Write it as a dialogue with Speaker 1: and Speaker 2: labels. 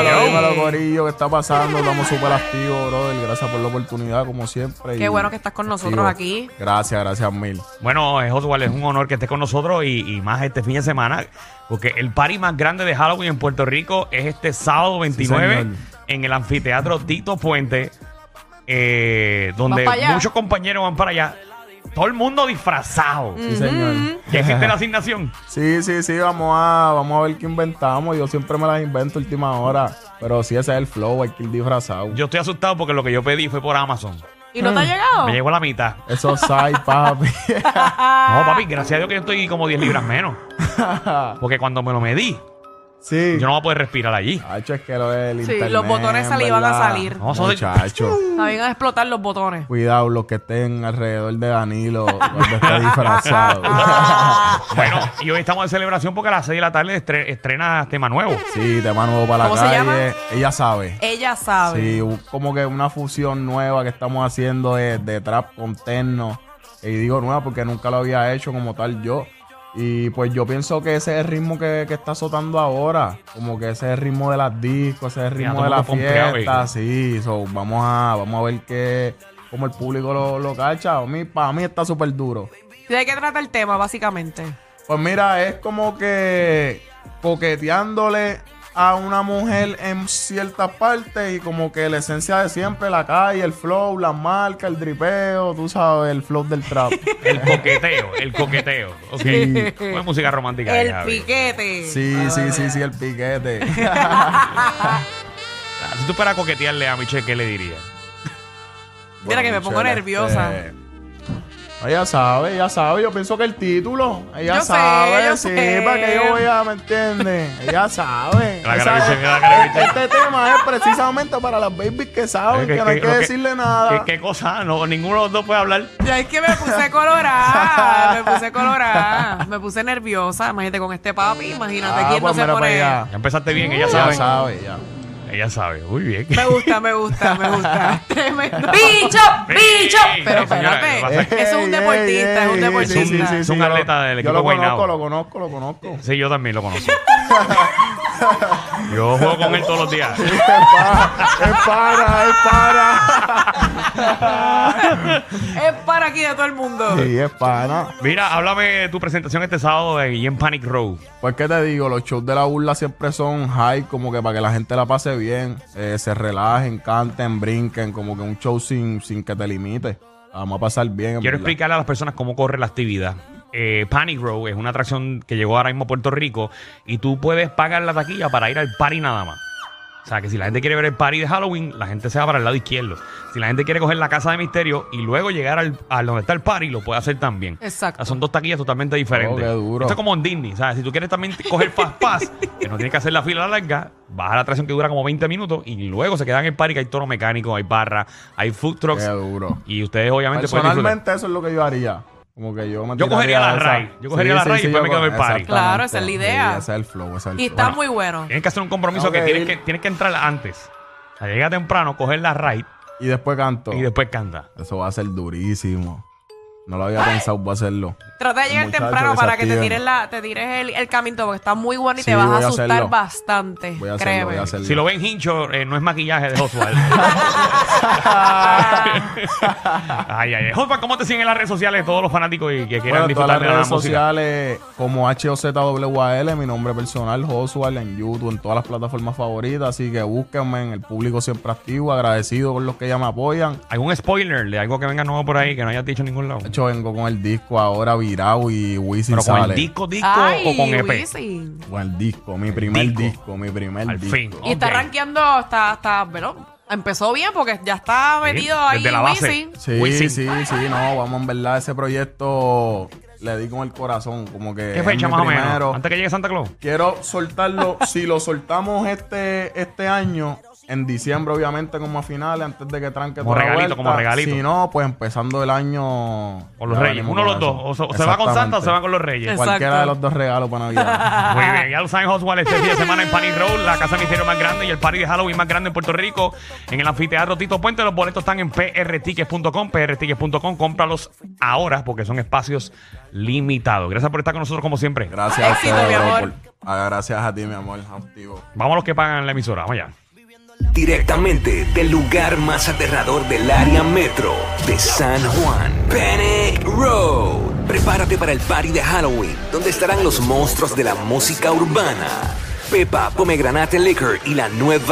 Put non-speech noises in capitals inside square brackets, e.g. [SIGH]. Speaker 1: Dímelo, Corillo, ¿qué está pasando? Estamos súper activos, brother. Gracias por la oportunidad, como siempre.
Speaker 2: Qué
Speaker 1: Y
Speaker 2: bueno que estás con nosotros aquí.
Speaker 1: Gracias, gracias mil.
Speaker 3: Bueno, eh, Oswald, es un honor que estés con nosotros y, y más este fin de semana, porque el party más grande de Halloween en Puerto Rico es este sábado 29
Speaker 1: señor.
Speaker 3: en el anfiteatro Tito Puente, eh, donde
Speaker 2: pa' allá.
Speaker 3: muchos compañeros van para allá. Todo el mundo disfrazado.
Speaker 2: Mm.
Speaker 1: Sí, señor.
Speaker 3: ¿Ya existe la asignación?
Speaker 1: Sí, sí, sí, vamos a, vamos a ver qué inventamos. Yo siempre me las invento última hora. Pero sí, ese es el flow, hay que ir disfrazado.
Speaker 3: Yo estoy asustado porque lo que yo pedí fue por Amazon.
Speaker 2: ¿Y no te ha llegado?
Speaker 3: Me llegó a la mitad.
Speaker 1: Eso es sai,
Speaker 3: [LAUGHS]
Speaker 1: papi.
Speaker 2: Ah,
Speaker 3: No, papi, gracias a Dios que yo estoy como 10 libras menos. Porque cuando me lo medí,
Speaker 1: sí.
Speaker 3: yo no voy a poder respirar allí.
Speaker 1: Chacho, es que lo del
Speaker 2: Sí,
Speaker 1: internet,
Speaker 2: los botones salivan a
Speaker 1: ¿verdad?
Speaker 2: salir.
Speaker 3: No, eso de- [LAUGHS]
Speaker 1: Muchacho,
Speaker 2: También van a explotar los botones.
Speaker 1: cuidado los que estén alrededor de Danilo cuando esté disfrazado.
Speaker 2: [LAUGHS] Ah.
Speaker 3: Bueno, y hoy estamos de celebración porque a las 6 de la tarde estre- estrena este tema nuevo.
Speaker 1: sí, tema nuevo para la
Speaker 2: ¿Cómo se
Speaker 1: calle.
Speaker 2: llama?
Speaker 1: Ella sabe.
Speaker 2: Ella sabe.
Speaker 1: Sí, u- como que una fusión nueva que estamos haciendo de, de trap con techno. Y digo nueva porque nunca lo había hecho como tal yo. Y pues yo pienso que ese es el ritmo que, que está azotando ahora. Como que ese es el ritmo de las discos, ese es el
Speaker 3: Mira,
Speaker 1: ritmo
Speaker 3: todo
Speaker 1: de
Speaker 3: el
Speaker 1: las
Speaker 3: mundo pompeado,
Speaker 1: fiestas. Sí, so, vamos, a, vamos a ver qué, cómo el público lo, lo cacha. A mí, para mí está súper duro.
Speaker 2: ¿De qué trata el tema, básicamente?
Speaker 1: Pues mira, es como que coqueteándole a una mujer en ciertas partes y como que la esencia de siempre, la calle, el flow, la marca, el dripeo, tú sabes, el flow del
Speaker 2: [LAUGHS]
Speaker 1: trap.
Speaker 3: El coqueteo, el coqueteo. Ok.
Speaker 2: Sí.
Speaker 3: Buena música romántica.
Speaker 2: el
Speaker 3: ya, Javi.
Speaker 2: piquete.
Speaker 1: Sí, sí, sí, sí, el piquete.
Speaker 3: Ah, Si tú fueras a coquetearle a Michelle, ¿qué le dirías?
Speaker 2: [LAUGHS] Mira que me pongo
Speaker 1: Michelle,
Speaker 2: nerviosa.
Speaker 1: este, Ella sabe, ella sabe, yo pienso que el título, ella
Speaker 2: Yo sé,
Speaker 1: sabe,
Speaker 2: yo
Speaker 1: sí,
Speaker 2: sé.
Speaker 1: para que yo voy a, ¿me entiendes? Ella
Speaker 2: [LAUGHS]
Speaker 1: sabe.
Speaker 3: La
Speaker 1: Esa-
Speaker 3: cara de Michelle, mira la cara de Michelle.
Speaker 1: Este tema es precisamente para las babies que saben que, no hay que,
Speaker 3: lo
Speaker 1: decirle nada.
Speaker 3: ¿Qué, qué cosa? No, ninguno de los dos puede hablar.
Speaker 2: Ya es que me puse colorada, me puse colorada, me puse nerviosa. Imagínate con este papi, imagínate
Speaker 1: Ah,
Speaker 2: quién
Speaker 1: pues
Speaker 2: no se
Speaker 1: mira
Speaker 2: pone.
Speaker 1: para allá.
Speaker 3: Ya empezaste bien, ella
Speaker 1: ya
Speaker 3: sabe.
Speaker 1: sabe, ya.
Speaker 3: Ella sabe, muy bien.
Speaker 2: Me gusta, me gusta, me gusta. [LAUGHS] Tremendo.
Speaker 4: ¡Bicho! ¡Bicho!
Speaker 3: Ey,
Speaker 2: Pero
Speaker 3: señora, ¿qué
Speaker 2: espérate.
Speaker 3: pasa?
Speaker 2: Eso es un deportista, es un deportista.
Speaker 3: Es un
Speaker 1: yo lo-
Speaker 3: atleta del
Speaker 1: Yo
Speaker 3: equipo
Speaker 1: lo conozco,
Speaker 3: Guaynabo.
Speaker 1: lo conozco, lo conozco.
Speaker 3: Sí, yo también lo conozco. Yo juego con él todos los días.
Speaker 1: es para, es para, es para.
Speaker 2: Es para aquí de todo el mundo.
Speaker 1: Sí, es para.
Speaker 3: Mira, háblame de tu presentación este sábado de Guillén Panic Row.
Speaker 1: Pues que te digo, los shows de la burla siempre son high, como que para que la gente la pase bien, eh, se relajen, canten, brinquen, como que un show sin, sin que te limite. La Vamos a pasar bien. en
Speaker 3: Quiero
Speaker 1: verdad.
Speaker 3: explicarle a las personas cómo corre la actividad. Eh, Panic Row es una atracción que llegó ahora mismo a Puerto Rico y tú puedes pagar la taquilla para ir al party nada más. O sea, que si la gente quiere ver el party de Halloween, la gente se va para el lado izquierdo. Si la gente quiere coger la casa de misterio y luego llegar al, a donde está el party, lo puede hacer también.
Speaker 2: Exacto.
Speaker 3: O sea, Son dos taquillas totalmente diferentes.
Speaker 1: Oh, qué duro.
Speaker 3: Esto es como en Disney, ¿sabes? Si tú quieres también t- coger Fast Pass, que no tienes que hacer la fila larga, vas a la atracción que dura como 20 minutos y luego se quedan en el party que hay toro mecánico, hay barra, hay food
Speaker 1: Qué
Speaker 3: trucks.
Speaker 1: duro.
Speaker 3: Y ustedes obviamente pueden disfrutar.
Speaker 1: Personalmente eso es lo que yo haría. Como que yo me
Speaker 3: pues, Yo
Speaker 1: tiraría
Speaker 3: cogería la
Speaker 1: esa-
Speaker 3: RAI. Yo cogería la RAI y después
Speaker 1: yo
Speaker 3: me quedo en el
Speaker 1: co-
Speaker 3: party.
Speaker 2: Claro, esa es la
Speaker 1: exactamente.
Speaker 2: idea.
Speaker 1: Sí, ese es el flow, ese es el
Speaker 2: Y
Speaker 1: flow.
Speaker 2: está muy bueno.
Speaker 3: Tienes que hacer un compromiso
Speaker 1: Tengo
Speaker 3: que,
Speaker 1: que
Speaker 3: tienes
Speaker 1: ir.
Speaker 3: que tienes que entrar antes. O sea, llega temprano, coger la ride
Speaker 1: Y después canto.
Speaker 3: y después canta.
Speaker 1: Eso va a ser durísimo. No lo había pensado, voy a hacerlo.
Speaker 2: Trata de llegar
Speaker 1: Muchacho,
Speaker 2: temprano para que te
Speaker 1: desactiven.
Speaker 2: tires, la, te tires el, el caminito porque está muy bueno y
Speaker 1: Sí,
Speaker 2: te vas a
Speaker 1: voy a
Speaker 2: asustar
Speaker 1: hacerlo.
Speaker 2: bastante.
Speaker 1: Voy a hacerlo,
Speaker 2: créeme.
Speaker 1: voy a hacerlo.
Speaker 3: Si lo ven hincho, eh, no es maquillaje
Speaker 1: [LAUGHS]
Speaker 3: de Oswald.
Speaker 2: Ah,
Speaker 3: [LAUGHS] ay, ay, ay. Oswald, ¿cómo te siguen en las redes sociales todos los fanáticos y que
Speaker 1: Bueno,
Speaker 3: quieran
Speaker 1: en todas las
Speaker 3: disfrutar de la
Speaker 1: redes
Speaker 3: música?
Speaker 1: sociales como HOZWAL, mi nombre personal, Josual, en YouTube, en todas las plataformas favoritas. Así que búsquenme, en el público siempre activo, agradecido con los que ya me apoyan.
Speaker 3: ¿Algún spoiler de algo que venga nuevo por ahí que no hayas dicho en ningún lado?
Speaker 1: De hecho, vengo con el disco ahora virado y Wisin
Speaker 3: Pero con
Speaker 1: sale.
Speaker 3: el disco, disco
Speaker 2: Ay,
Speaker 3: o con E EP.
Speaker 2: Wisin.
Speaker 1: Con el disco, mi primer
Speaker 3: disco.
Speaker 1: disco, mi primer
Speaker 3: Al
Speaker 1: disco.
Speaker 3: fin.
Speaker 2: Y está
Speaker 3: Ok.
Speaker 2: rankeando, está, está, bueno, empezó bien porque ya está metido ahí
Speaker 3: desde la base.
Speaker 2: Wisin.
Speaker 1: Sí,
Speaker 3: Wisin.
Speaker 1: sí, sí, no, vamos en verdad, ese proyecto le di con el corazón, como que
Speaker 3: ¿Qué
Speaker 1: es
Speaker 3: fecha
Speaker 1: mi
Speaker 3: más o
Speaker 1: primero.
Speaker 3: menos? Antes que llegue Santa Claus.
Speaker 1: Quiero soltarlo, [LAUGHS] si lo soltamos este, este año, en diciembre obviamente como a finales, antes de que tranque
Speaker 3: Como
Speaker 1: toda la
Speaker 3: regalito,
Speaker 1: vuelta.
Speaker 3: como regalito.
Speaker 1: Si no, pues empezando el año...
Speaker 3: O los
Speaker 1: ya
Speaker 3: reyes.
Speaker 1: venimos
Speaker 3: Uno de los
Speaker 1: con
Speaker 3: dos.
Speaker 1: eso.
Speaker 3: O se, o se va con Santa o se va
Speaker 1: Exactamente.
Speaker 3: con los reyes.
Speaker 2: Exacto.
Speaker 1: Cualquiera de los dos regalos para
Speaker 2: [LAUGHS]
Speaker 1: Navidad.
Speaker 3: Muy bien, ya lo saben, Oswald, este fin de semana en Panic Roll, la casa de misterio más grande y el party de Halloween más grande en Puerto Rico, en el anfiteatro Tito Puente. Los boletos están en prtickets.com, prtickets.com. Cómpralos ahora porque son espacios limitados. Gracias por estar con nosotros como siempre.
Speaker 1: Gracias a
Speaker 2: Éxito,
Speaker 1: ustedes,
Speaker 2: mi
Speaker 1: bro,
Speaker 2: amor.
Speaker 1: por- ah, Gracias a ti, mi amor, activo.
Speaker 3: Vamos a los que pagan la emisora, vamos allá.
Speaker 4: Directamente del lugar más aterrador del área metro de San Juan. Panic Road. Prepárate para el party de Halloween, donde estarán los monstruos de la música urbana. Pepa, Pomegranate Liquor y la nueva...